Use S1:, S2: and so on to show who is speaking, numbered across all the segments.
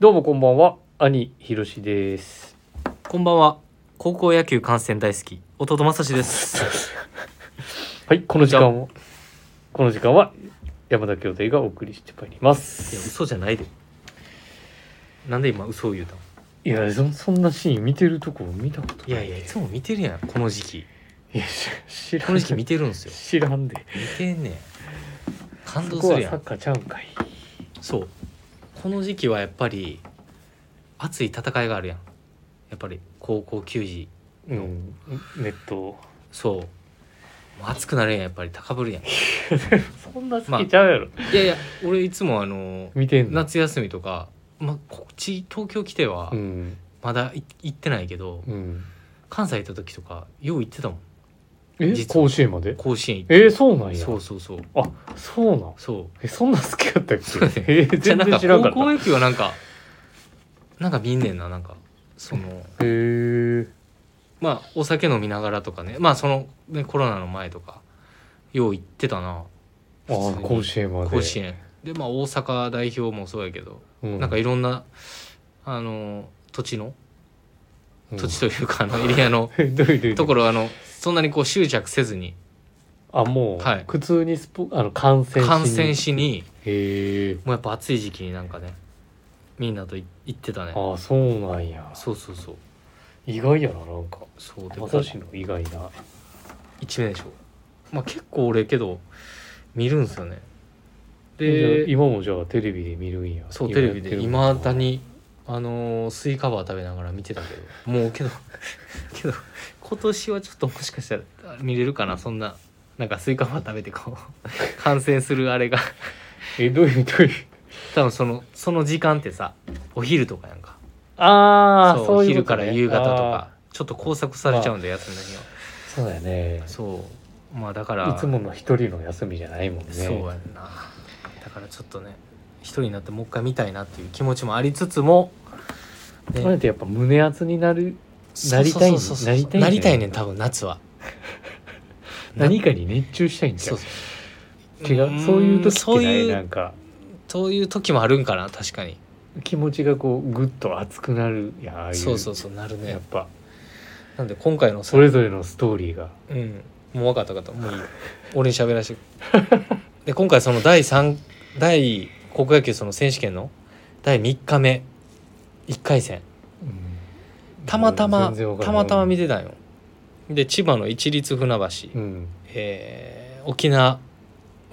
S1: どうもこんばんは兄ひろし です
S2: こんばんは。高校野球観戦大好き、弟まさしです。
S1: はいこの時間をこの時間は山田兄弟がお送りしてまいりま
S2: いや、
S1: す
S2: 嘘じゃないで。なんで今嘘を言うたの
S1: いやそそんなシーン見てるとこ見たこと
S2: いやいや、いつも見てるやん、この時期。
S1: いや知知らん
S2: この時期見てるんですよ。
S1: 知らんで
S2: 見てんねん。感
S1: そ
S2: 動
S1: こ
S2: す
S1: は
S2: るや
S1: サ
S2: ん
S1: ッ。カーちゃうんかい
S2: そう。この時期はやっぱり、熱い戦いがあるやん。やっぱり、高校球児。
S1: うんネット
S2: そう。もう熱くなるやん、やっぱり、高ぶるやん。い
S1: そんな好きちゃうやろ、
S2: やいや、俺いつもあの、
S1: 見てんの
S2: 夏休みとか、まあ、こっち、東京来ては
S1: う、ん
S2: まだい行ってないけど、
S1: うん
S2: 関西行った時とかよう行ってたもん
S1: え
S2: 実は
S1: 甲子園まで
S2: 甲子園行って
S1: えー、そうなんや
S2: そうそうそう
S1: あそうなん
S2: そ
S1: えそんな好きやったっけ
S2: そうやね
S1: え
S2: う
S1: ー、
S2: じゃあ
S1: 全
S2: なん
S1: 然
S2: か
S1: 知らんか
S2: 高
S1: った
S2: 校野球はなんかなんか見んねんななんかその
S1: へえ
S2: まあお酒飲みながらとかねまあその、ね、コロナの前とかよう行ってたな
S1: あー
S2: 普通に
S1: 甲子園まで
S2: 甲子園でまあ大阪代表もそうやけど、
S1: うん
S2: なんかいろんなあの土地の
S1: うん
S2: 土地というかあのエリアの
S1: どういうどういう
S2: ところあのそんなにこう執着せずに
S1: あもう、
S2: はい
S1: 普通にスポあの感染しに
S2: 感染しに
S1: へえ
S2: もうやっぱ暑い時期になんかねみんなとい行ってたね
S1: ああそうなんや
S2: そうそうそう
S1: 意外やななんか
S2: そうで
S1: 私の意外な
S2: 1名でしょまあ結構俺けど見るんすよね
S1: で
S2: で
S1: 今もじゃあテレビで見るんや
S2: そうテレビでい
S1: 今や
S2: ま
S1: って
S2: だ
S1: るのか
S2: にあのースイカバー食べながら見てたけどもうけど けど今年はちょっともしかしたら見れるかなそんななんかスイカバー食べてこう感染するあれが
S1: えどういうどういう
S2: 多分そのその時間ってさお昼とかやんか
S1: ああ
S2: そう
S1: そういう
S2: 昼
S1: こと
S2: か
S1: ね
S2: ら夕方と
S1: あ
S2: かちょっと拘束されちゃうんだよ休みの日
S1: ー
S2: は
S1: そうだよね
S2: そうまあだから
S1: いつもの一人の休みじゃないもんね
S2: そうやんなだからちょっとね一人になってもう一回見たいなっていう気持ちもありつつも、ね
S1: それってやっぱ胸熱になる
S2: そうそうそうそう
S1: なりたいね
S2: なりたいねん多分夏は
S1: 何かに熱中したいんじゃ
S2: そ
S1: ん
S2: うそう
S1: 違うそういう時って
S2: そう
S1: ない
S2: い
S1: なん
S2: う
S1: か
S2: そういう時もあるんかな確かに
S1: 気持ちがこうぐっと熱くなるいやああいう
S2: そうそうそうなる
S1: や
S2: ね
S1: っぱ
S2: なんで今回の
S1: それぞれのストーリーが
S2: うんもう分かった分かったもういい よ俺に喋らせてで今回その第3第高校野球その選手権の第3日目1回戦たまたまたまたま見
S1: て、
S2: てたんよで千葉の市立船橋、
S1: うん
S2: えー沖縄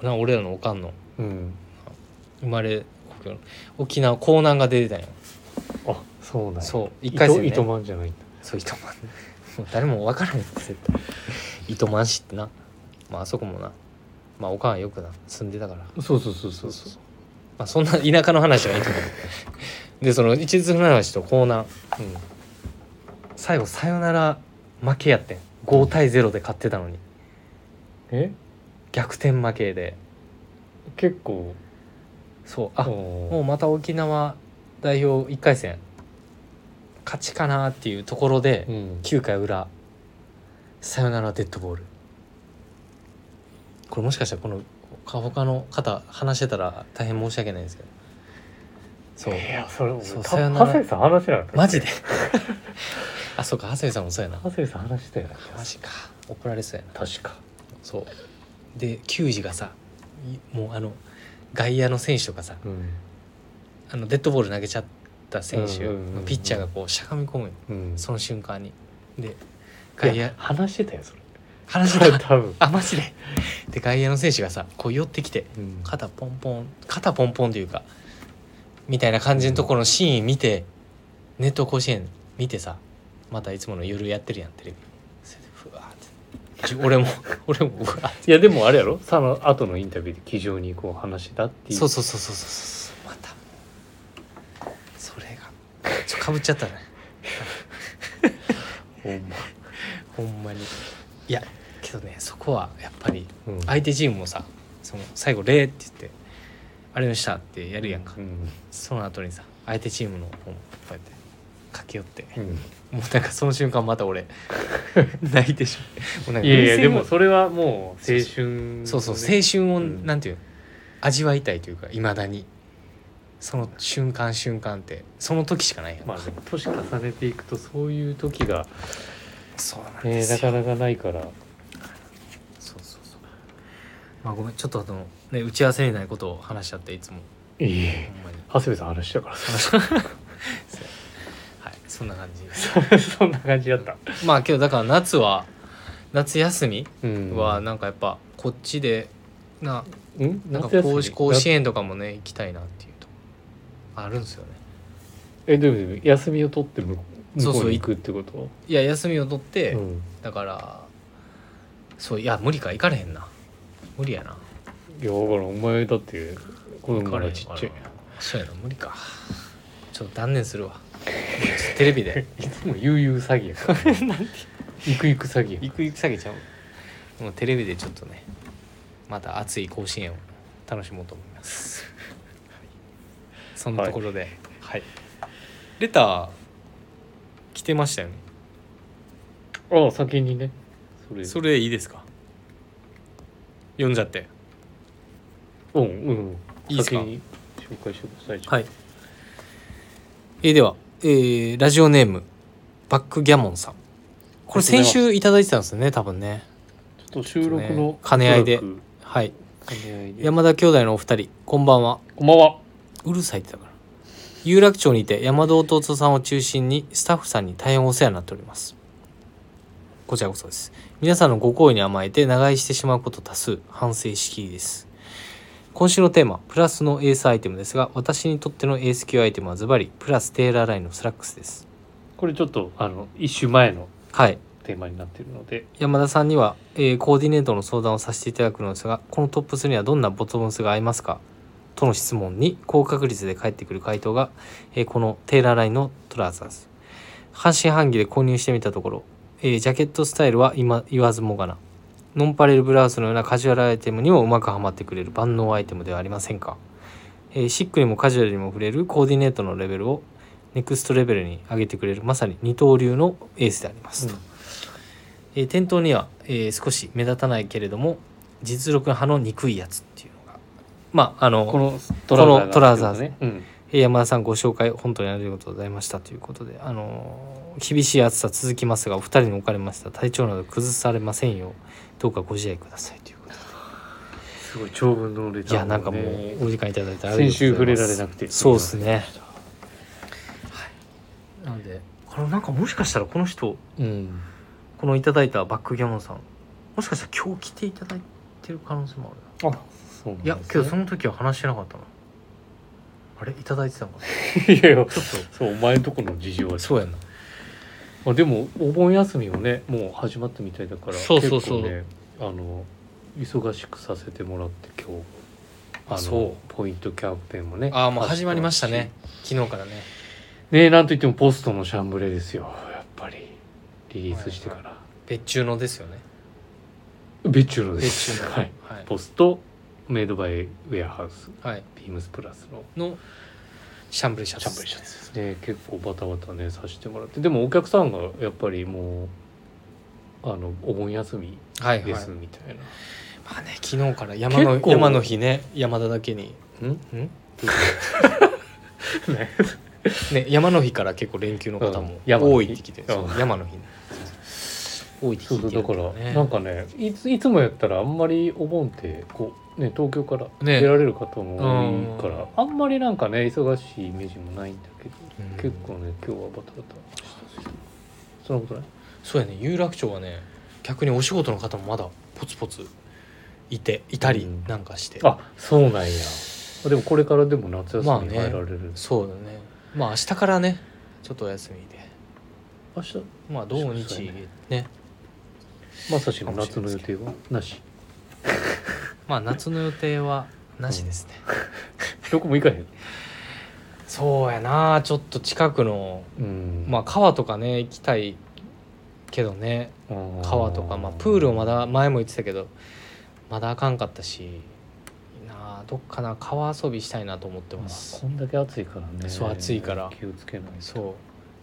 S2: な俺らのおかんの
S1: うん、
S2: 生まれ故郷の沖縄江南が出てたんよ
S1: あそうなんや
S2: そう一
S1: 糸
S2: 回戦ね
S1: 糸満じゃないんだ
S2: そう糸満もう誰も分からへんって絶対糸満市ってなまああそこもなまあおかんよくな住んでたから
S1: そうそうそうそうそう
S2: まあそんな田舎の話はいいと思うでその市立船橋と江南
S1: うん
S2: 最後さよなら負けやってん5対0で勝ってたのに
S1: え
S2: 逆転負けで
S1: 結構
S2: そうあも
S1: も
S2: うまた沖縄代表1回戦勝ちかなっていうところで
S1: う、ん、
S2: 9回裏サヨナラデッドボールこれもしかしたらこの他他の方話してたら大変申し訳ないんですけどそう
S1: いやそれ俺
S2: そう
S1: た
S2: さよなら
S1: 長谷さん話してなかった
S2: マジであそうか長谷さんもそうやな
S1: 長谷さん話してたよね
S2: マジか怒られそうやな
S1: 確か
S2: そうで球児がさいもうあの外野の選手とかさ
S1: うん
S2: あのデッドボール投げちゃった選手、
S1: うんうんうんうん
S2: ピッチャーがこうしゃがみ込むよ
S1: うん
S2: その瞬間にで
S1: い
S2: 外野
S1: や話してたよそれ
S2: 話してた
S1: 多分、
S2: あマジでで外野の選手がさこう寄ってきて
S1: うん
S2: 肩ポンポン肩ポンポンというかみたいな感じのところのシーン見てネット甲子園見てさまたいつもの夜やってるやんテレビそれでふわーってじ俺も 俺もうわーっ
S1: いやでもあれやろその後のインタビューで気丈にこう話してたって
S2: て
S1: いう
S2: そうそうそうそうそうそうまたそれがちょかぶっちゃったね
S1: ほんま
S2: ほんまにいやけどねそこはやっぱり
S1: うん
S2: 相手チームもさその最後「礼」って言って「あれのした」ってやるやんか、
S1: うん
S2: その後にさ相手チームの方もこうやって駆け寄って
S1: うん
S2: もうなんかその瞬間また俺 泣いてしまうもうなんか
S1: いやいやで
S2: 冷
S1: も
S2: 静
S1: それはもう青春、
S2: そうそう
S1: ね
S2: 青春を
S1: うん
S2: なんていうの味わいたいというかいまだにその瞬間瞬間ってその時しかないやん、
S1: まあね、年重ねていくとそういう時が、
S2: そうなん
S1: ね、なかなかないから
S2: そうそうそうまあごめんちょっとあのね打ち合わせにないことを話しちゃっていつも
S1: いいえ
S2: ほんまに
S1: 長谷部さん話したからさ
S2: はいそんな感じです
S1: そんな感じだった、
S2: まあけどだから夏は夏休み
S1: うん
S2: はなんかやっぱこっちでな
S1: うん
S2: なんか
S1: 夏休み
S2: 甲子甲子園とかもね行きたいなっていうとあるんですよね
S1: えどういうこと休みを取って向こう
S2: そ
S1: 向
S2: う
S1: こ
S2: そう
S1: うに行くってこと
S2: いや休みを取って、
S1: うん
S2: だからそういや無理か行かれへんな無理やない
S1: やだからお前だって子
S2: 行
S1: 供
S2: かれへ
S1: が
S2: ん
S1: ち
S2: か
S1: っ
S2: ら
S1: ちゃい
S2: そうやな無理かちょっと断念するわテレビで
S1: いつも悠々詐欺やから 行く行く詐欺や
S2: 行く行く下げちゃうもうテレビでちょっとねまた熱い甲子園を楽しもうと思いますそんなところで、
S1: はい
S2: レター来てましたよね
S1: ああ先にねそれ
S2: それいいですか読んじゃって
S1: うんうん
S2: いいっすか
S1: 先に紹介してください
S2: はい、えーでは、えーラジオネームバックギャモンさんこれ先週いただいてたんですよね多分ね
S1: ちょっと収録
S2: ちょっと
S1: の
S2: ね兼ね合いで
S1: おそらく
S2: はい
S1: 兼ね合いで
S2: 山田兄弟のお二人こんばんは
S1: こんばんは
S2: うるさいってだから有楽町にて山田弟さんを中心にスタッフさんに大変お世話になっておりますこちらこそです皆さんのご好意に甘えて長居してしまうこと多数反省しきりです今週のテーマプラスのエースアイテムですが私にとってのエース級アイテムはズバリプラステーラーラインのスラックスです
S1: これちょっとあの一週前の
S2: はい
S1: テーマになっているので
S2: 山田さんには、えーコーディネートの相談をさせていただくのですがこのトップスにはどんなボトムスが合いますかとの質問に高確率で返ってくる回答が、えーこのテーラーラインのトラウザーズ半信半疑で購入してみたところ、えージャケットスタイルは今言わずもがなノンパレルブラウスのようなカジュアルアイテムにもうまくはまってくれる万能アイテムではありませんか、えーシックにもカジュアルにも触れるコーディネートのレベルをネクストレベルに上げてくれるまさに二刀流のエースであります、
S1: うん
S2: えー店頭には、えー少し目立たないけれども実力派の憎いやつっていうのがまああの
S1: この
S2: このトラウザーズ
S1: ね、うん、
S2: えー山田さんご紹介本当にありがとうございましたということで、あのー厳しい暑さ続きますがお二人におかれました体調など崩されませんようどうかご自愛くださいということ
S1: すごい長文のレター
S2: でいやなんかも
S1: ね
S2: うお時間いただいてありがとうござ
S1: 先
S2: います
S1: 週触れられなくて
S2: そうですねなのでこのなんかもしかしたらこの人
S1: うん
S2: このいただいたバックギャモンさんもしかしたら今日来ていただいてる可能性もあるな
S1: あそうなん
S2: いや
S1: です
S2: け
S1: ね
S2: どその時は話してなかったなあれいただいてたのかない
S1: やいや
S2: ちょっ
S1: そうお前んとこの事情は
S2: とそうやな
S1: まあ、でもお盆休みもねもう始まったみたいだから
S2: そうそうそう
S1: 結構ね、あの忙しくさせてもらって今日
S2: あ
S1: の
S2: そう
S1: ポイントキャンペーンもね
S2: ああもう始まりましたね昨日からね
S1: ねなんといってもポストのシャンブレですよやっぱりリリースしてから、
S2: 別注のですよね
S1: 別注ので
S2: 別
S1: す
S2: 注の
S1: はい
S2: はい
S1: ポストメイドバイウェアハウス
S2: はい、
S1: ビームスプラスの
S2: のシャンブレシャツ
S1: シャンブレシャツですね結構バタバタねさせてもらってでもお客さんがやっぱりもうあのお盆休み
S2: はいはい
S1: ですみたいな、
S2: まあね昨日から山の
S1: 結構
S2: 山の日ね山田だけ に
S1: うん
S2: ん、
S1: ね
S2: ね、山の日から結構連休の方
S1: うん
S2: も
S1: 山の日
S2: 多いって聞いてる、そう
S1: うん
S2: 山の日ね多いって
S1: そ
S2: 聞
S1: うそ
S2: いて
S1: う
S2: る
S1: だから、なんかねいついつもやったらあんまりお盆ってこう、ね、東京から
S2: ね
S1: 出られる方も多いか
S2: うん
S1: ら、あんまりなんかね忙しいイメージもないんだけど、
S2: うん
S1: 結構ね今日はバタバタしたしそんなことない
S2: そうやね有楽町はね逆にお仕事の方もまだポツポツいていたり
S1: うん
S2: なんかして、
S1: あそうなんやでもこれからでも夏休み
S2: まあ
S1: に
S2: ね
S1: 入られる、
S2: そうだねまあ明日からねちょっとお休みで
S1: 明日
S2: まあ土日
S1: そうや
S2: ね
S1: まさしの夏の予定はなし
S2: まあ夏の予定はなしですね、
S1: どこも行かへん
S2: そうやなちょっと近くの
S1: うん
S2: まあ川とかね行きたいけどね
S1: あー
S2: 川とかまあプールをまだ前も言ってたけどまだあかんかったしなあどっかな川遊びしたいなと思って
S1: ま
S2: ま
S1: あ
S2: す
S1: こんだけ暑いからね
S2: そう暑いから
S1: 気をつけないと
S2: そう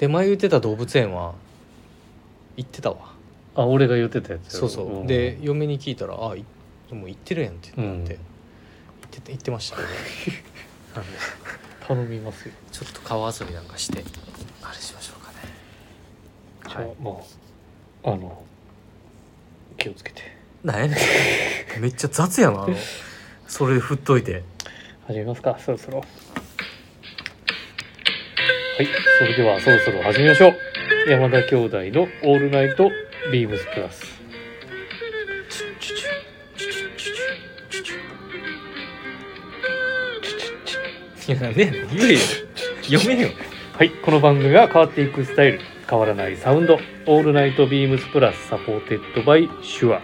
S2: で前言ってた動物園は行ってたわ
S1: あ俺が言ってたやつや
S2: そ
S1: ろ
S2: うそう
S1: うん
S2: で嫁に聞いたら「あいもう行ってるやん」って言って、
S1: うん
S2: 行ってて行ってました、ね、なんで
S1: 頼みますよ
S2: ちょっと川遊びなんかしてあれしましょうかね
S1: じゃあ、
S2: はい
S1: まああの気をつけて
S2: なんやねんめっちゃ雑やなあのそれ振っといて
S1: 始めますかそろそろはいそれではそろそろ始めましょう山田兄弟の「オールナイトビームスプラス」
S2: いやなんでやねん言えよ読めよ
S1: はいこの番組は変わっていくスタイル変わらないサウンド「オールナイトビームスプラス」サポーテッドバイシュア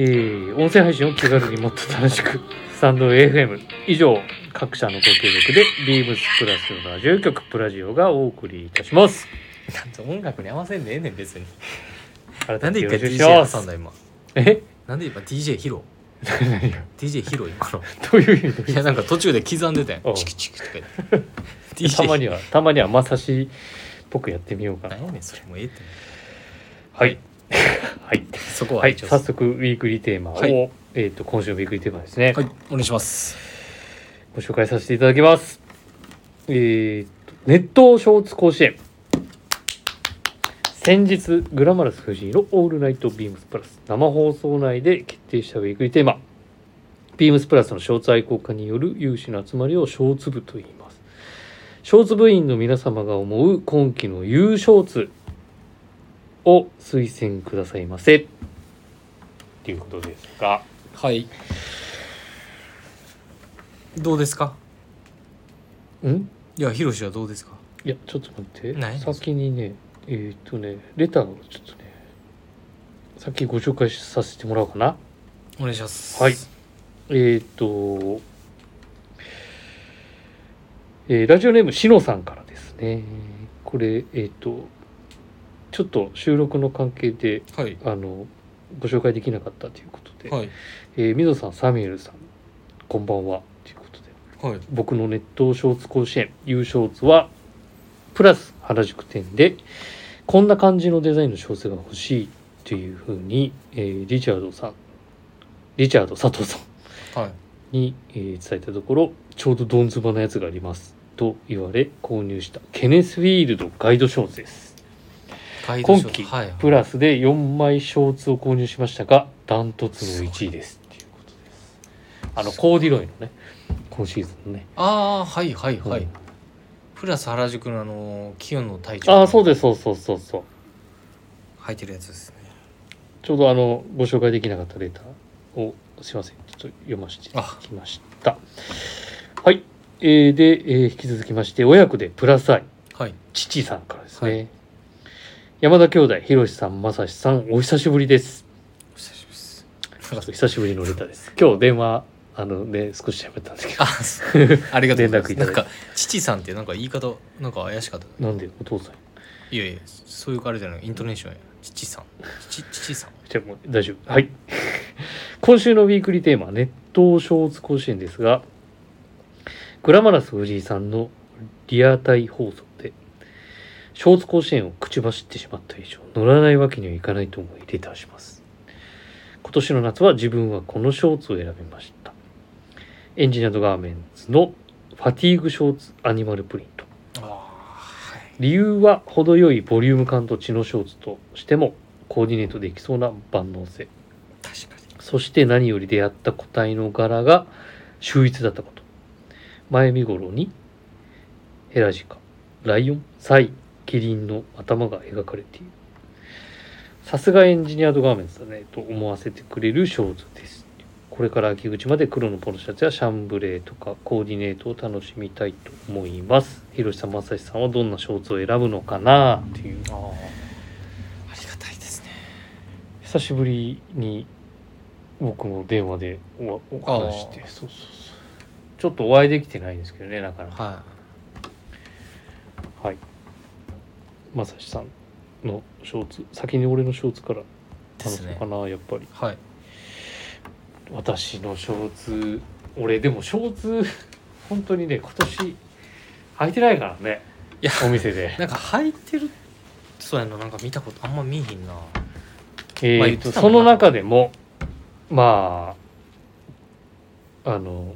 S1: えー、音声配信を気軽にもっと楽しくスタンド FM 以上各社のご協力でビームスプラスのラジオ局プラジオがお送りいたします
S2: なんで音楽に合わせんでええねん別に
S1: 改
S2: なん
S1: め
S2: で
S1: て
S2: 一
S1: よろ
S2: 回
S1: しくお願いし
S2: DJ 挟
S1: ま
S2: ん
S1: す
S2: だ今
S1: え
S2: なんで今 DJ ヒ ロ
S1: 何が
S2: DJ ヒロ 今の
S1: どういう意味どういう
S2: い
S1: 意
S2: や
S1: 味
S2: なんか途中で刻んでたや
S1: うん
S2: んチクチクとか言って DJ
S1: たまにはたまにはまさしっぽくやってみようかな
S2: 何やねんそれもうええって
S1: はい はい
S2: そこは
S1: はい、
S2: 一応
S1: 早速ウィークリーテーマを、
S2: はい
S1: えー、と今週のウィークリーテーマですね、
S2: はいお願いします
S1: ご紹介させていただきますえーと熱湯ショーツ甲子園先日グラマラス藤井の「オールナイトビームスプラス」生放送内で決定したウィークリーテーマビームスプラスのショーツ愛好家による有志の集まりをショーツ部と言いますショーツ部員の皆様が思う今季の優勝ツを推薦くださいませっていうことですが
S2: はいどうですか
S1: ん
S2: いやヒロシはどうですか
S1: いやちょっと待って
S2: ない
S1: 先にねえーっとねレターをちょっとね先ご紹介させてもらおうかな
S2: お願いします
S1: はいえーっと、えーラジオネームしのさんからですねこれえーっとちょっと収録の関係で
S2: はい
S1: あのご紹介できなかったということで、
S2: はい
S1: えー、みぞさんサミュエルさんこんばんはということで
S2: はい
S1: 僕の熱湯ショーツ甲子園優勝ツはプラス原宿店でこんな感じのデザインの小説が欲しいっていうふうに、えーリチャードさんリチャード佐藤さん
S2: はい
S1: に、えー伝えたところちょうどドンズバのやつがありますと言われ購入したケネスフィールドガイドショーツです
S2: ガイド
S1: 今
S2: ショー
S1: 季
S2: はいはい
S1: プラスで4枚ショーツを購入しましたがダントツの1位ですっていうことですあのコーディロイのね今シーズンのね
S2: ああはいはいはい、
S1: うん
S2: プラス原宿のあの清野隊長
S1: ああそうですそうそうそうそう
S2: 履いてるやつですね
S1: ちょうどあのご紹介できなかったレターをすいませんちょっと読ませていただきましたはい、えーで、えー引き続きまして親子でプラス愛
S2: はい
S1: 父さんからですね、
S2: は
S1: 山田兄弟ひろしさんまさしさんお久しぶりです
S2: お久しぶりです
S1: ちょっと久しぶりのレターです今日電話あのね少し喋ったんですけど
S2: あすありがとうございま
S1: 連絡
S2: す
S1: いた
S2: な
S1: だ
S2: ん
S1: いて
S2: か父さんってなんか言い方なんか怪しかった
S1: なんでお父さん
S2: いやいやそういうあれじゃないイントネーションや父さん父父さん
S1: じゃあもう大丈夫。はい。 今週のウィークリーテーマ、熱湯ショーツ甲子園ですが、グラマラス藤井さんのリアタイ放送で、ショーツ甲子園を口走ってしまった以上、乗らないわけにはいかないと思いレターします。今年の夏は自分はこのショーツを選びました。エンジニアードガーメンツのファティーグショーツアニマルプリント。
S2: あはい
S1: 理由は程よいボリューム感と知能ショーツとしてもコーディネートできそうな万能性。
S2: 確かに
S1: そして何より出会った個体の柄が秀逸だったこと。前見頃にヘラジカ、ライオン、サイ、キリンの頭が描かれている。さすがエンジニアードガーメンツだねと思わせてくれるショーツです。これから秋口まで黒のポロシャツやシャンブレーとかコーディネートを楽しみたいと思います。ひろしさん、まさしさんはどんなショーツを選ぶのかなっていう。
S2: あありがたいですね
S1: 久しぶりに僕も電話でおお話しして
S2: あー
S1: そうそうそうちょっとお会いできてないんですけどねなかなか
S2: は
S1: はいまさしさんのショーツ先に俺のショーツから
S2: いで
S1: 話
S2: す
S1: そう
S2: ね
S1: かな、やっぱり
S2: はい
S1: 私のショーツ俺でもショーツ本当にね今年履いてないからね
S2: いや
S1: お 店で
S2: なんか履いてるそうやななんか見たことあんま見えへんな
S1: え
S2: まあ
S1: ー
S2: 言って
S1: と
S2: た
S1: そ
S2: もん
S1: の
S2: な
S1: 中でもまああの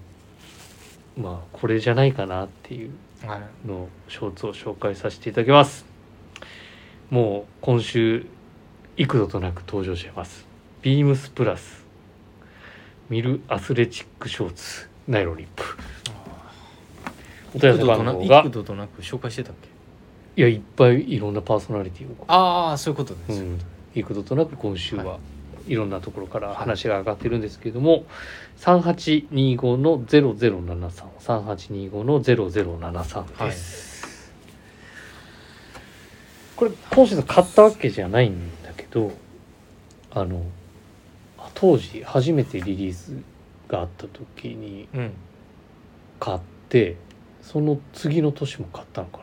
S1: まあこれじゃないかなっていう
S2: はい、
S1: のショーツを紹介させていただきますもう今週幾度となく登場していますビームスプラスミルアスレチックショーツナイロンリップお問い合わせ番号が
S2: 幾度となく紹介してたっけ
S1: いやいっぱいいろんなパーソナリティを
S2: ああそういうこと
S1: う
S2: です、
S1: ん、幾度となく今週は
S2: はい
S1: ろんなところから話が上がってるんですけれども、3825の0073 3825の0073です、これ今週さん買ったわけじゃないんだけどあの当時初めてリリースがあった時に
S2: うん、
S1: 買ってその次の年も買ったのか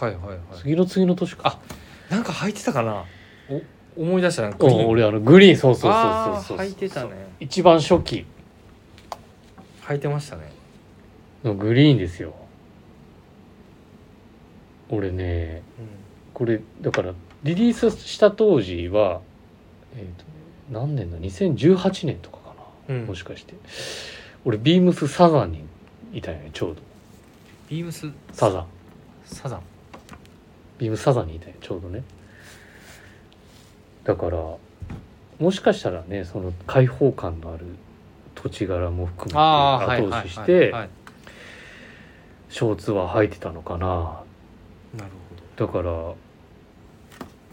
S1: な、
S2: はいはいはい
S1: 次の次の年か
S2: なんか履いてたかなお思い出したな
S1: あ、うん、俺あのグリーンそうそうそう
S2: あ
S1: そうそう
S2: ー履いてたね
S1: 一番初期
S2: 履いてましたね
S1: のグリーンですよ俺ねこれだからリリースした当時はえっ、とね何年だ2018年とかかな、
S2: うん
S1: もしかして俺ビームスサザンにいたよねちょうど
S2: ビームス
S1: サザン
S2: サザン
S1: ビームスサザンにいたよちょうどねだからもしかしたらねその開放感のある土地柄も含めて後押しして、
S2: い
S1: ショーツは履いてたのかな
S2: なる
S1: だから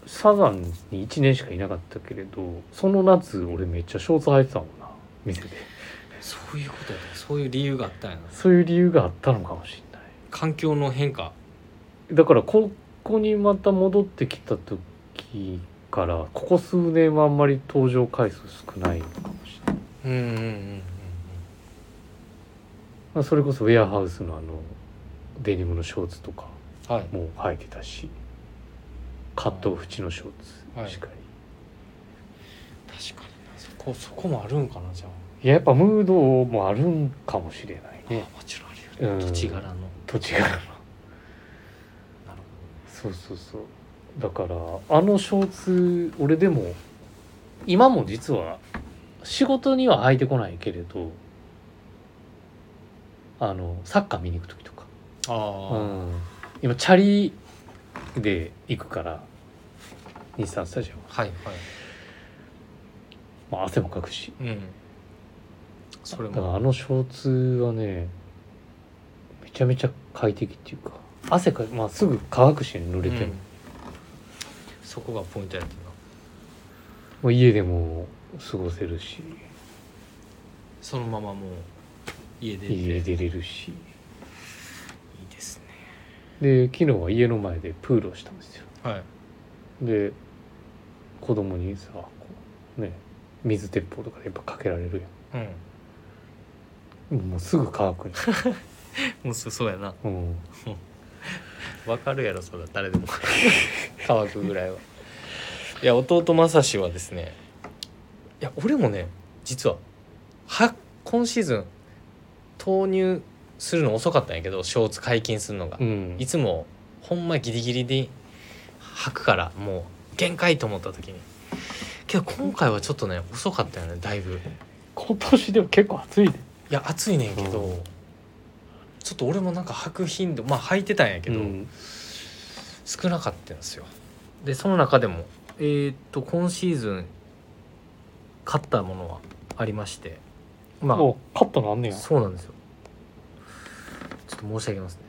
S1: サザンに1年しかいなかったけれどその夏俺めっちゃショーツ履いてたもんな店で
S2: ほどそういうことやったそういう理由があったんやな
S1: そういう理由があったのかもしれな
S2: 環境の変化
S1: いだからここにまた戻ってきた時からここ数年はあんまり登場回数少ないのかもしれない、
S2: うんうんうんうん
S1: まあ、それこそウェアハウスのあのデニムのショーツとか
S2: うんはい
S1: もう履いてたしカットオフチのショー
S2: は
S1: ツ
S2: い
S1: しかり、
S2: 確かになそこそこもあるんかなじゃ
S1: い、ややっぱムードもあるんかもしれない
S2: あ、
S1: ね
S2: あもちろんあるよね
S1: うん
S2: 土地柄のなる
S1: 土地柄の
S2: ほどね
S1: そうそうそうだからあのショーツ俺でも今も実は仕事には履いてこないけれどあのサッカー見に行く時とか、う
S2: あ
S1: ん、今チャリで行くから日産スタジ
S2: あはいはい
S1: オ、まあ、汗もかくし
S2: うんそれ
S1: だから
S2: も
S1: あのショーツはねめちゃめちゃ快適っていうか汗か、まあ、すぐ乾くしね濡れても、
S2: うんそこがポイントやったな
S1: もう家でも過ごせるし
S2: そのままもう家出て
S1: 家出れるし
S2: いいですね
S1: で昨日は家の前でプールをしたんですよ
S2: はい
S1: で子供にさこうね水鉄砲とかでやっぱかけられる
S2: うん
S1: やんもうすぐ乾くね、
S2: もうそそうやな
S1: うん、
S2: わかるやろそれ誰で も乾くぐらいはいや弟正志はですねいや俺もね実はは今シーズン投入するの遅かったんやけどショーツ解禁するのが、
S1: うん
S2: いつもほんまギリギリで履くからもう限界と思った時にけど今回はちょっとね遅かったよねだいぶ
S1: 今年でも結構暑いね
S2: いや暑いねんけど、
S1: うん
S2: ちょっと俺もなんか履く頻度まあ履いてたんやけど、
S1: うん
S2: 少なかったんですよでその中でもえーっと今シーズン買ったものはありましてま
S1: もうカットなんね
S2: あ
S1: や
S2: そうなんですよちょっと申し上げますね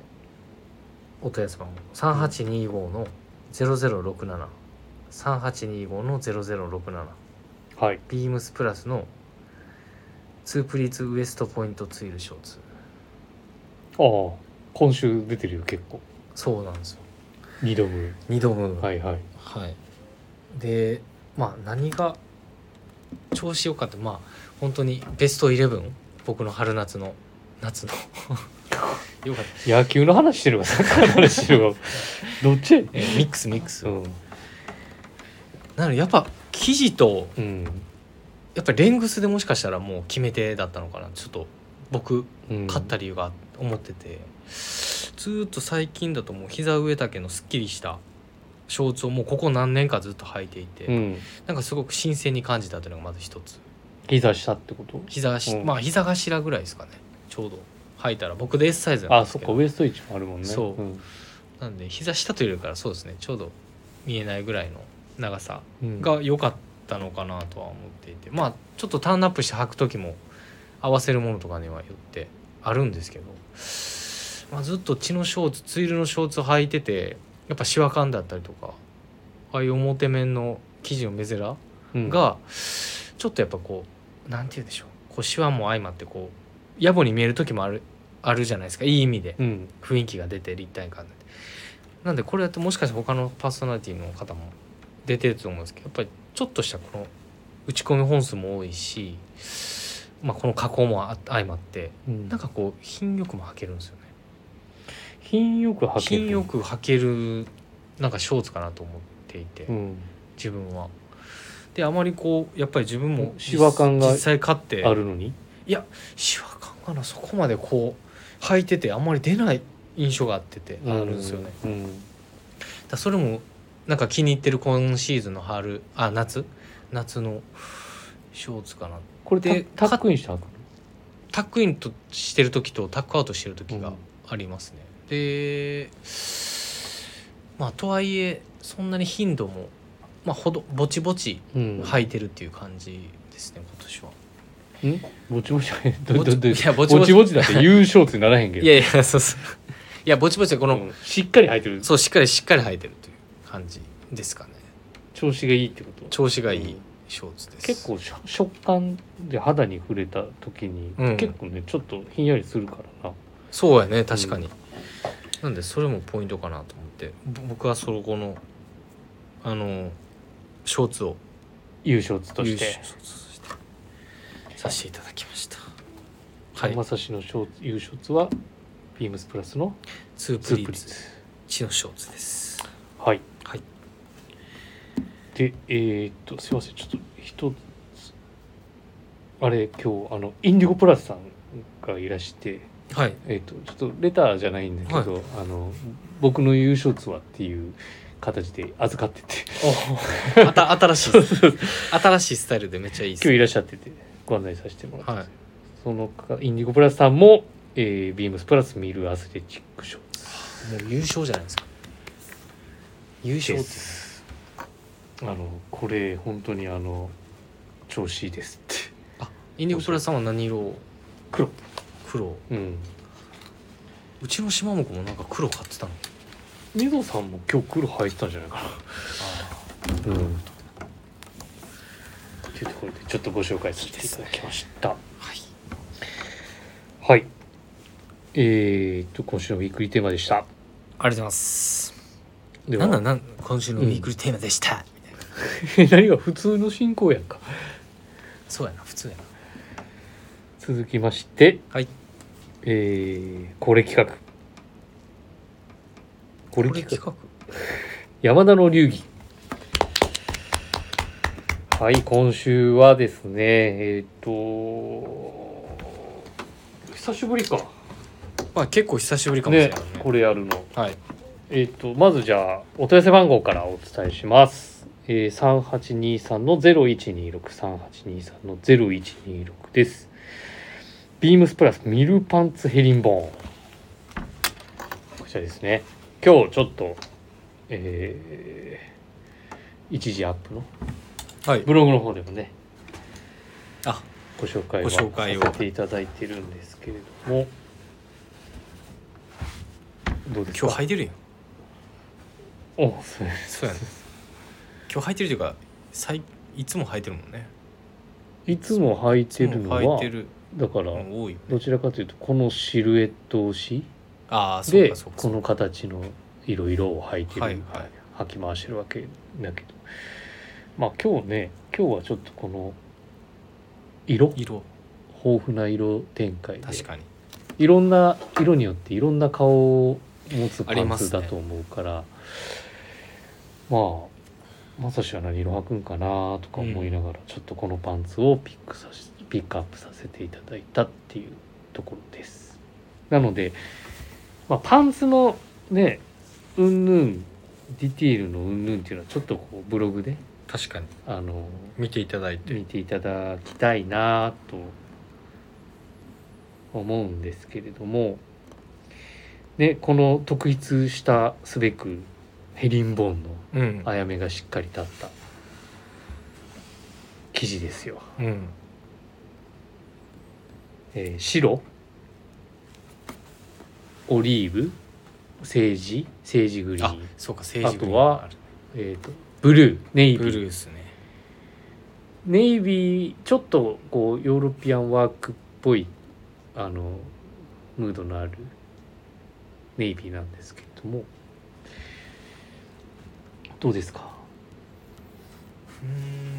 S2: お問い合わせ番号3825の0067 3825の0067
S1: はい
S2: ビームスプラスのツープリーツウエストポイントツイルショーツ
S1: ああ今週出てるよ結構
S2: そうなんですよ
S1: 二度目
S2: 2度分
S1: はいはい
S2: はい、でまあ何が調子良かったまあ本当にベストイレブン僕の春夏の 夏のよかった、
S1: 野球の話してるわサッカーの話してるわ どっちやねん
S2: えーミックスミックス、
S1: うん
S2: なのでやっぱ生地と
S1: うん
S2: やっぱレングスでもしかしたらもう決め手だったのかなちょっと僕
S1: うん
S2: 勝った理由が思ってて、ずーっと最近だともう膝上丈のすっきりしたショーツをもうここ何年かずっと履いていて、
S1: うん
S2: なんかすごく新鮮に感じたというのがまず一つ
S1: 膝下ってこと
S2: 膝し、
S1: うん
S2: まあ膝頭ぐらいですかねちょうど履いたら僕で S サイズなん
S1: あ
S2: です
S1: そっ
S2: け
S1: か
S2: ど
S1: ウエスト位置もあるもんね
S2: そうんなんで膝下というよりからそうですねちょうど見えないぐらいの長さ
S1: うん
S2: が良かったのかなとは思っていてまあちょっとターンアップして履く時も合わせるものとかにはよってあるんですけど、まあ、ずっと血のショーツツイルのショーツ履いててやっぱシワ感だったりとかああいう表面の生地の目面
S1: うん
S2: がちょっとやっぱこうなんて言うんでしょうこうシワも相まってこう野暮に見える時もあるあるじゃないですかいい意味で
S1: うん
S2: 雰囲気が出て立体感が出てなんでこれだともしかしたら他のパーソナリティの方も出てると思うんですけどやっぱりちょっとしたこの打ち込み本数も多いし、まあ、この加工もあ相まって
S1: うん
S2: なんかこう品よくも履けるんですよね
S1: 品よく履ける
S2: 品よく履けるなんかショーツかなと思っていて、
S1: うん
S2: 自分は。であまりこうやっぱり自分も実
S1: シワ感が
S2: 実際買って
S1: あるのに
S2: シワ感がなそこまでこう履いててあんまり出ない印象があっててあるんですよね。
S1: うん
S2: だからそれもなんか気に入ってる今シーズンの春あ夏夏のショーツかな
S1: これで
S2: で
S1: タタックインして履く
S2: タックインとしてる時とタックアウトしてる時
S1: う
S2: が
S1: ん
S2: ありますね、でまあとはいえそんなに頻度もまあほどぼちぼち
S1: うん
S2: 履いてるっていう感じですね今年は
S1: んぼちぼちど
S2: ぼ
S1: ど
S2: ち
S1: ど
S2: いやぼち
S1: ぼ
S2: ぼ
S1: ち
S2: ち
S1: ぼちだって優勝ってならへんけど
S2: いやいやそうそういやぼちぼちこの、
S1: うんしっかり履いてる
S2: そうしっかりしっかり履いてるという感じですかね
S1: 調子がいいってこと
S2: 調子がい
S1: うん
S2: いショーツです、
S1: 結構しょ食感で肌に触れた時に、
S2: うん
S1: 結構ねちょっとひんやりするからな
S2: そうやね確かに、なんでそれもポイントかなと思ってぼ僕はそこのあのショーツを
S1: 優勝つとし
S2: 優
S1: て
S2: 勝ショーツとしてさせていただきましたはい
S1: まさしのショーツ優勝つはビームスプラスの
S2: ツー
S1: ツ
S2: プ
S1: ー
S2: リ
S1: プ
S2: ー
S1: リ
S2: ツ
S1: ス
S2: チのショーツです
S1: はい
S2: はい
S1: でえー、っとすいませんちょっと一つあれ今日あのインディゴプラスさんがいらして
S2: はい
S1: えー、とちょっとレターじゃないんだけど、
S2: は
S1: あの僕の優勝ツアーっていう形で預かってて
S2: あた新しいです新しいスタイルでめっちゃいいです
S1: 今日
S2: ね
S1: いらっしゃっててご案内させてもらってて、
S2: はい
S1: そのかインディゴプラスさんも、えービームスプラスミルアスレチックショーツ
S2: もう優勝じゃないですか優勝
S1: で
S2: って
S1: すあのこれ本当にあの調子いいですって
S2: あインディゴプラスさんは何色を
S1: 黒
S2: 黒
S1: うん
S2: うちの島も子もなんか黒買ってたの
S1: みぞさんも今日黒入ってたんじゃないかなうんというところでちょっとご紹介させていただきました
S2: はい
S1: はい。えー、っと、今週のウィークリーテーマでした。
S2: ありがとうございます
S1: で
S2: な
S1: は
S2: んだなん今週のウィークリーテーマでした、みたいな
S1: 何が普通の進行やんか。
S2: そうやな普通やな
S1: 続きまして、
S2: はい
S1: えー、これ企画。これ企画。山田の流儀。はい、今週はですね、えー、っと、久しぶりか。
S2: まあ結構久しぶりかもしれないね
S1: ね、これやるの。
S2: はい
S1: えっ、と、まずじゃあ、お問い合わせ番号からお伝えします。えー、3823の0126、3823の0126です。ビームスプラスミルパンツヘリンボーン。こちらですね。今日ちょっと、えー、一時アップの
S2: はい
S1: ブログの方でもね、
S2: あ
S1: ご紹介
S2: ご
S1: はさ
S2: 紹介を
S1: せていただいてるんですけれども、どうですか
S2: 今日履いてるよ
S1: おそう
S2: そうやね今日履いてるというか最いつも履いてるもんね
S1: いつも履い
S2: い
S1: てるの
S2: つも
S1: は
S2: 履いてる
S1: だから
S2: の多いよ
S1: どちらかというとこのシルエット押し
S2: ああそう
S1: で
S2: かそうか
S1: この形のいろいろを履いてる、
S2: はい
S1: 履き回してるわけだけどまあ今日ね今日はちょっとこの色
S2: 色
S1: 豊富な色展開で
S2: 確かに
S1: いろんな色によっていろんな顔を持つパ
S2: あり
S1: ン
S2: ま
S1: ツ
S2: す
S1: だ
S2: ね
S1: と思うからまあまさしは何色履くんかなとか思いながら、ちょっとこのパンツをピックさしピックアップさせていただいたっていうところですなので、まあ、パンツのねうんぬんディティールのうんぬんっていうのはちょっとこうブログで
S2: 確かに
S1: あの
S2: 見ていただいて
S1: 見ていただきたいなと思うんですけれども、ね、この特筆したすべくヘリンボーンの
S2: うん
S1: あやめがしっかり立った生地ですよ。
S2: うん
S1: えー白オリーブセージセージグリー
S2: あ
S1: ン、
S2: そうか政治
S1: あとはえー、とブルーネイビ
S2: ブ
S1: ー
S2: ルースね
S1: ネイビーちょっとこうヨーロピアンワークっぽいあのムードのあるネイビーなんですけれどもどうですか
S2: う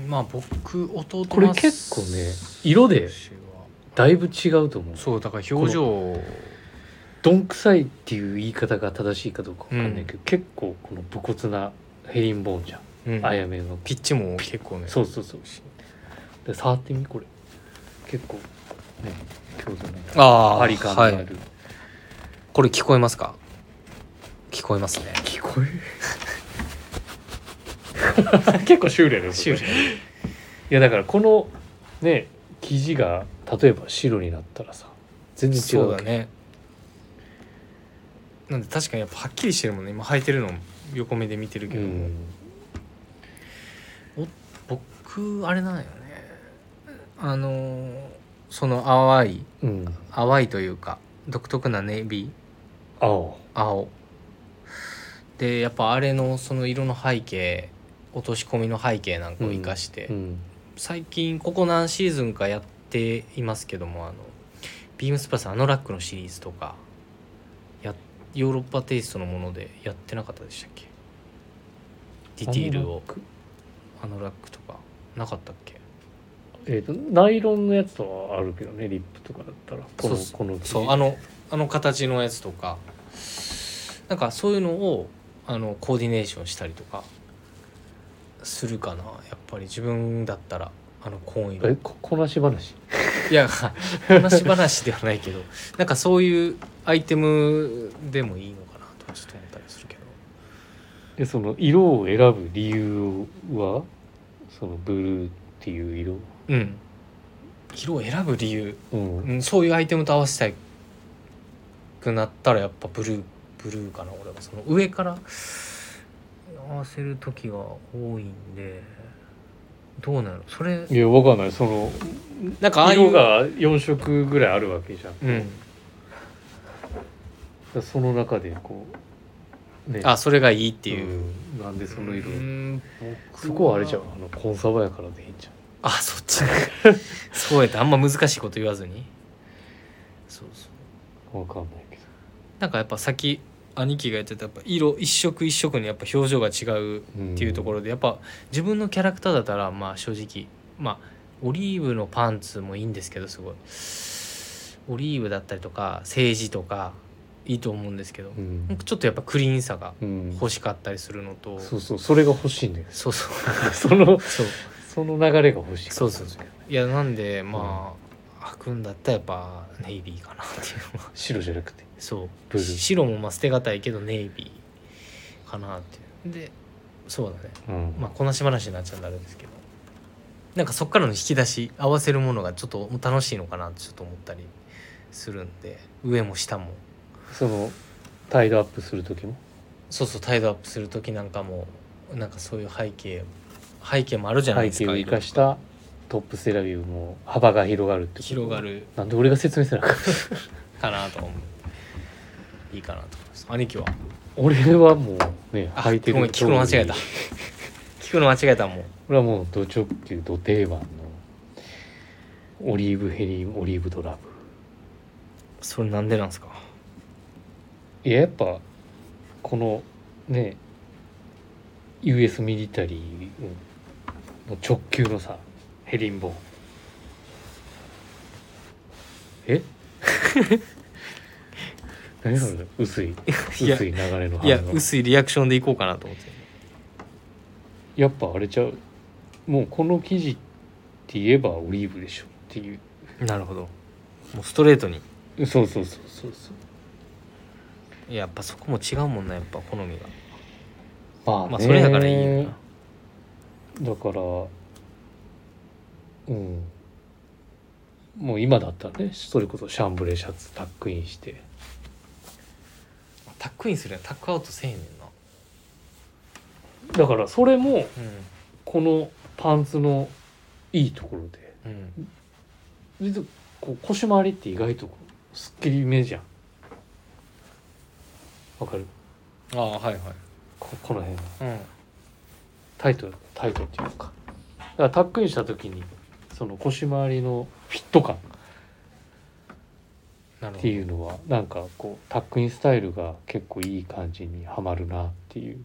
S2: ーんまあ僕弟の
S1: これ結構ね色で
S2: 私は
S1: だいぶ違うと思う
S2: そうだから表情
S1: どんくさいっていう言い方が正しいかどうかわかんないけど、結構この武骨なヘリンボーンじゃん、
S2: うん
S1: あやめの
S2: ピッチも結構ね
S1: そうそうそうで触ってみこれ結構ね強度の
S2: あ
S1: ハ
S2: あ
S1: リ感の
S2: は
S1: ある、
S2: いこれ聞こえますか聞こえますね
S1: 聞こえ 結構シュールやねこれ
S2: シュール
S1: いやだからこのね生地が例えば白になったらさ全然違
S2: そうう
S1: わ
S2: だ
S1: け
S2: ねなんで確かにやっぱはっきりしてるもんね今履いてるの横目で見てるけ
S1: う
S2: ども、
S1: ん
S2: 僕あれなんよねあのーその淡い
S1: うん
S2: 淡いというか独特なネイビー
S1: 青
S2: 青でやっぱあれのその色の背景落とし込みの背景なんかを生かして、
S1: うん
S2: 最近ここ何シーズンかやっていますけどもあのビームスプラスあのラックのシリーズとかやヨーロッパテイストのものでやってなかったでしたっけディティールをあのラックとかなかったっけ
S1: えー、とナイロンのやつとはあるけどねリップとかだったらこの
S2: そう
S1: この生地
S2: そうあのあの形のやつとかなんかそういうのをあのコーディネーションしたりとかするかなやっぱり自分だったらあの紺色
S1: えここなし話
S2: いや話話ではないけどなんかそういうアイテムでもいいのかなとはちょっと思ったりするけど
S1: でその色を選ぶ理由はそのブルーっていう色
S2: うん色を選ぶ理由、
S1: うん、
S2: うん、そういうアイテムと合わせたいくなったらやっぱブルーブルーかな俺はその上から合わせる時が多いんでどうなのそれ
S1: いやわかんないその
S2: なんかああいう
S1: 色が4色ぐらいあるわけじゃんだか
S2: うん、
S1: らその中でこうね
S2: あ
S1: っ
S2: それがいいっていう、
S1: んなんでその色、
S2: うん僕
S1: そこはあれじゃんあのコンサバやからでいいんじゃん
S2: あそっち そうやってあんま難しいこと言わずにそうそう
S1: わかんないけど
S2: なんかやっぱ先兄貴が言ってたやっぱ色一色一色にやっぱ表情が違うっていうところでやっぱ自分のキャラクターだったらまあ正直まあオリーブのパンツもいいんですけどすごいオリーブだったりとか政治とかいいと思うんですけど
S1: うん
S2: なんかちょっとやっぱクリーンさが
S1: うん
S2: 欲しかったりするのと
S1: そうそうそれが欲しいんだよ
S2: そうそう
S1: その
S2: そう
S1: その流れが欲しい
S2: そうそうそういやなんでまあ、履くんだったらやっぱネイビーかなっていう のは
S1: 白じゃなくて
S2: そ
S1: ブル
S2: う
S1: ー
S2: し白もまあ捨てがたいけどネイビーかなっていうでそうだね
S1: うん
S2: まあこなし話になっちゃうんだあれですけどなんかそっからの引き出し合わせるものがちょっと楽しいのかなってちょっと思ったりするんで上も下も
S1: そのタイドアップする時も
S2: そうそうタイドアップする時なんかもなんかそういう背景背景もあるじゃない
S1: 背景
S2: ですか
S1: を生かしたトップス選びも幅が広がるってこと
S2: 広がる
S1: なんで俺が説明せなあかん
S2: かなと思ういいかなと思います兄貴は
S1: 俺はもうね
S2: あ
S1: 履いてる
S2: ごめん聞くの間違えた
S1: 通り
S2: 聞くの間違えたもん
S1: 俺はもうド直球ド定番のオリーブヘリンオリーブドラ
S2: それなんでなんですか
S1: ブいややっぱこのね US ミリタリーの直球のさヘリンボーンえ 何それ薄い
S2: いや
S1: 薄い流れの
S2: いや
S1: 反応
S2: 薄いリアクションでいこうかなと思って
S1: やっぱあれちゃうもうこの生地って言えばオリーブでしょっていう
S2: なるほどもうストレートに
S1: そうそうそうそうそう
S2: いややっぱそこも違うもんなやっぱ好みが
S1: まあ、ね、
S2: まあそれだからいいよな
S1: だからうんもう今だったらねそれこそシャンブレーシャツタックインして
S2: タックインするやんタックアウトせえへんねんな
S1: だからそれも
S2: う
S1: このパンツのいいところで
S2: んうん
S1: 実はこう腰回りって意外とこうすっきりめじゃんわかる
S2: ああはいはい
S1: ここの辺
S2: うん
S1: タイトタイトっていうかだからタックインした時にその腰回りのフィット感
S2: なる
S1: っ
S2: ほ
S1: て
S2: ど
S1: いうのはなんかこうタックインスタイルが結構いい感じにはまるなっていう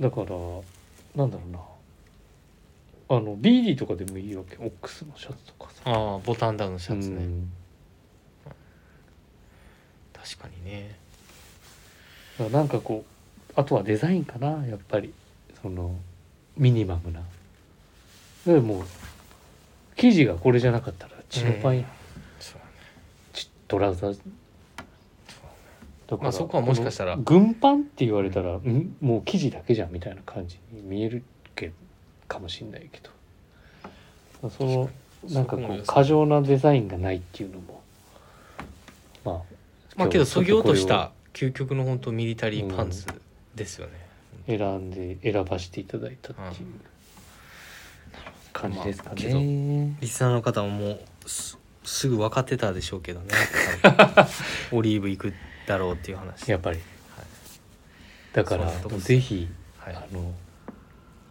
S1: だからなんだろうなあの BD とかでもいいわけオックスのシャツとかさ
S2: ああボタンダウンのシャツね、
S1: うん
S2: 確かにね
S1: だからなんかこうあとはデザインかなやっぱりそのミニマムなでもう生地がこれじゃなかったらチノパンや、
S2: そう
S1: ちトラウザーだから
S2: まあそこはもしかしたら
S1: この軍パンって言われたら、んもう生地だけじゃんみたいな感じに見えるけかもしれないけどそのなんかこ
S2: そこも良
S1: う
S2: さ
S1: 過剰なデザインがないっていうのもまあ
S2: まあけどそぎ落とし
S1: 今日ちょっこれを
S2: た究極の本当ミリタリーパンツですよね、
S1: 選んで選ばせていただいたっていう感じですか
S2: まあけ
S1: ね。
S2: リスナーの方ももうすすぐ分かってたでしょうけ どねオリーブ行くだろうっていう話
S1: やっぱり、だから
S2: そうです
S1: ぜひ、
S2: はい
S1: あの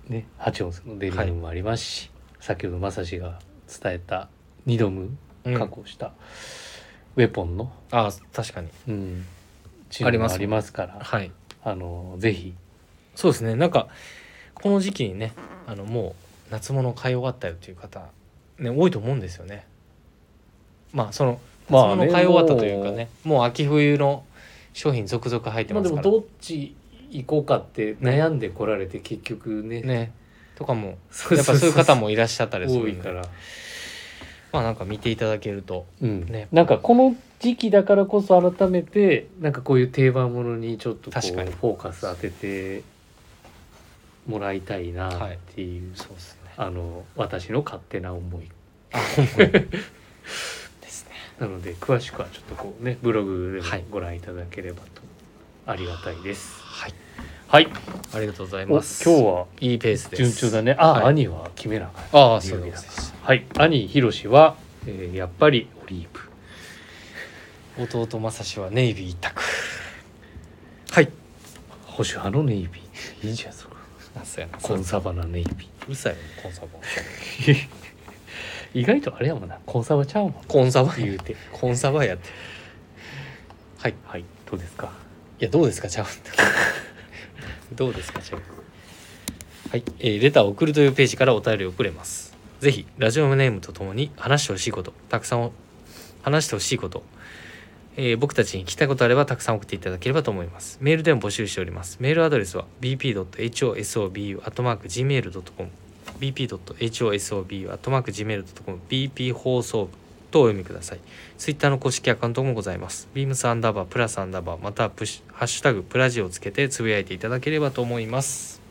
S1: ね八音さんのデニムもありますし、先ほどまさしが伝えた2度ム
S2: うん
S1: 加工したウェポンの、
S2: ああ確かに
S1: うん、チ
S2: あり
S1: ーム
S2: ます
S1: もありますから
S2: はい
S1: あのぜひ
S2: そうですねなんかこの時期にねあのもう夏物買い終わったよっていう方、ね、多いと思うんですよねまあその夏
S1: まあ
S2: 物買い終わったというかね,、もう秋冬の商品続々入って
S1: まあ
S2: ま
S1: ですも
S2: から、
S1: どっち行こうかって悩んでこられて結局ね
S2: ねとかも
S1: そ
S2: やっぱそういう方もいらっしゃったりするん
S1: 多
S2: で
S1: いから。
S2: まあなんか見ていただけると
S1: うん
S2: ね
S1: なんかこの時期だからこそ改めてなんかこういう定番ものにちょっとこう
S2: 確かに
S1: フォーカス当ててもらいたいな
S2: はい
S1: っていう、
S2: そうですね
S1: あの私の勝手な思い
S2: あ ほんまにですね
S1: なので詳しくはちょっとこうねブログで
S2: は
S1: も
S2: い
S1: ご覧いただければとありがたいです。
S2: はい
S1: はい、
S2: ありがとうござい
S1: お今
S2: ま
S1: 日
S2: す
S1: はい
S2: いペースです
S1: 順調だね。あ、
S2: はい
S1: 兄は決めなかった。
S2: ああそうです
S1: はい、兄ひろしは、えーやっぱりオリーブ。
S2: 弟正志はネイビー一択はい
S1: 保守派のネイビー。いい じゃんそれ。
S2: あそうやな
S1: コンサバなネイビー。
S2: うるさいよコンサバ
S1: 意外とあれやもんなコンサバちゃうもんな
S2: コンサバ
S1: 言うて
S2: コンサバやってはいい
S1: はいどうですか
S2: やどうですかちゃうどうですかちゃうはい、えーレターを送るというページからお便りを送れますぜひラジオネームとともに話してほしいことたくさんお話してほしいことえー僕たちに聞きたいことあればたくさん送っていただければと思います。メールでも募集しております。メールアドレスは bp.hosobu.gmail.com bp.hosobu.gmail.com bp 放送部とお読みください。ツイッターの公式アカウントもございます。beams アンダーバープラスアンダーバーまたはプッシュハッシュタグプラジをつけてつぶやいていただければと思います。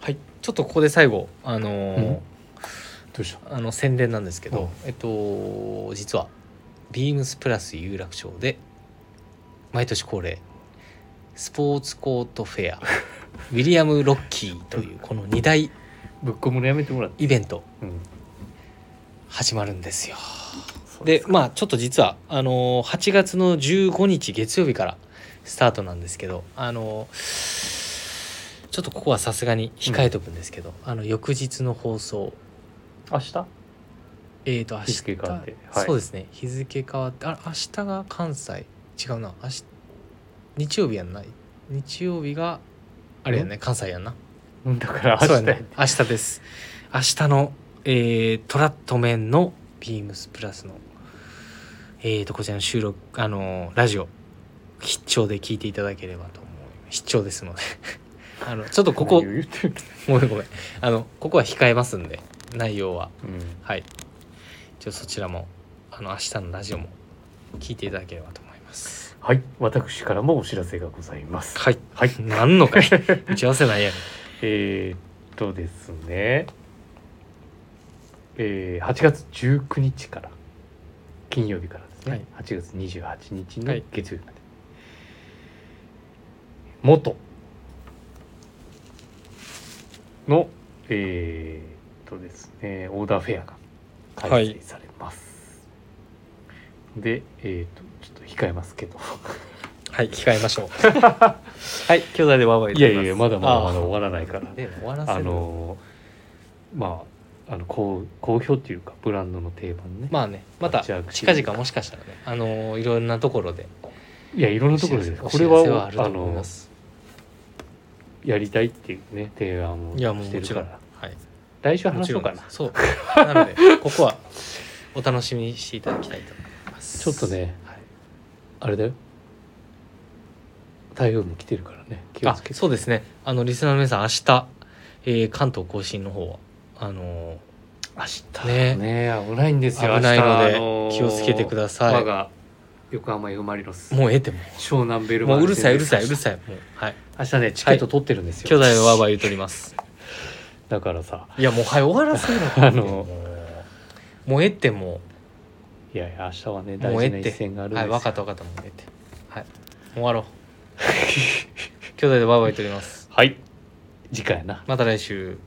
S2: はい、ちょっとここで最後、あのー
S1: うんどうした
S2: あの宣伝なんですけ
S1: うん
S2: ど、えっと実はビームスプラス有楽町で毎年恒例スポーツコート フェアウィリアム・ロッキーというこの2大
S1: ぶっ込むのやめてもらって
S2: イベント
S1: うん
S2: 始まるんですよ
S1: そう
S2: ですまあちょっと実はあのー8月の15日月曜日からスタートなんですけどあのーちょっとここはさすがに控えとくんですけど、あの翌日の放送
S1: 明日
S2: えー、と明日
S1: 日付変わってはい
S2: そうですね日付変わってあ明日が関西違うな明日日曜日やんな日曜日があれやね関西やんな
S1: うんだから
S2: そう
S1: 明
S2: や
S1: 日や
S2: ね明日です明日の、えートラットメンのビームスプラスのえー、とこちらの収録あのーラジオ必聴で聞いていただければと思う必聴です のであのちょっとここ
S1: 何を言ってる
S2: ごめんごめんあのここは控えますんで内容は
S1: うん
S2: はい。じゃあそちらも、あの、明日のラジオも聞いていただければと思います。
S1: はい私からもお知らせがございます
S2: はい。
S1: はい
S2: 何のかい打ち合わせないやん。
S1: えーっとですねえー8月19日から金曜日からですね、
S2: はい
S1: 8月28日
S2: は
S1: の
S2: い
S1: 月曜日まで、元のえーっとですねオーダーフェアが開催されます、でえーっとちょっと控えますけど
S2: はい控えましょう はい兄弟でワンワン
S1: いやいやまだまだまだ終
S2: わ
S1: わらないから
S2: で終わらせる
S1: あのまああの好好評というかブランドの定番ね、
S2: まあねまた
S1: じゃあ
S2: 近々もしかしたらねあのいろんなところで
S1: いやいろんなところでこれ
S2: お知らせ
S1: は
S2: あると
S1: あ
S2: 思い
S1: の
S2: ます
S1: やりたいっていうね提案を
S2: いやもう
S1: して
S2: も
S1: る
S2: ち
S1: か
S2: ろん
S1: ら
S2: はい
S1: 来週
S2: も
S1: 話
S2: ち
S1: そ
S2: ろ
S1: うんかな
S2: そうなのでここはお楽しみにしていただきたいと思いま す
S1: ちょっとね
S2: はい
S1: あれだよ台風も来てるからね気を
S2: あ
S1: つけて
S2: そうですねあのリスナーの皆さん明日、えー関東甲信の方はあの
S1: 明日
S2: ね
S1: ね危ないんですよ
S2: 危ないので
S1: 明日あのー
S2: 気をつけてください
S1: 我が横浜 F ・マリノス
S2: もうええっても
S1: 湘南ベル
S2: う
S1: マ
S2: も
S1: ー
S2: う
S1: レ
S2: うるさいうるさいう
S1: 戦
S2: る
S1: です
S2: さいもうはい
S1: 明日ねチケット取ってるんです
S2: 兄
S1: よ、
S2: 弟はわーわー言うとり ます
S1: だからさ
S2: いやもうはい終わらせろ
S1: あの
S2: もうええっても
S1: いやいや明日はね
S2: う
S1: 大
S2: もう
S1: 事
S2: ええ
S1: な
S2: っ
S1: 一
S2: て
S1: 戦があるんで
S2: は
S1: す
S2: い
S1: よ
S2: 分かった分かったもうええってはいもう 終わろう兄弟でわーわー言うとります
S1: はい次回やな
S2: また来週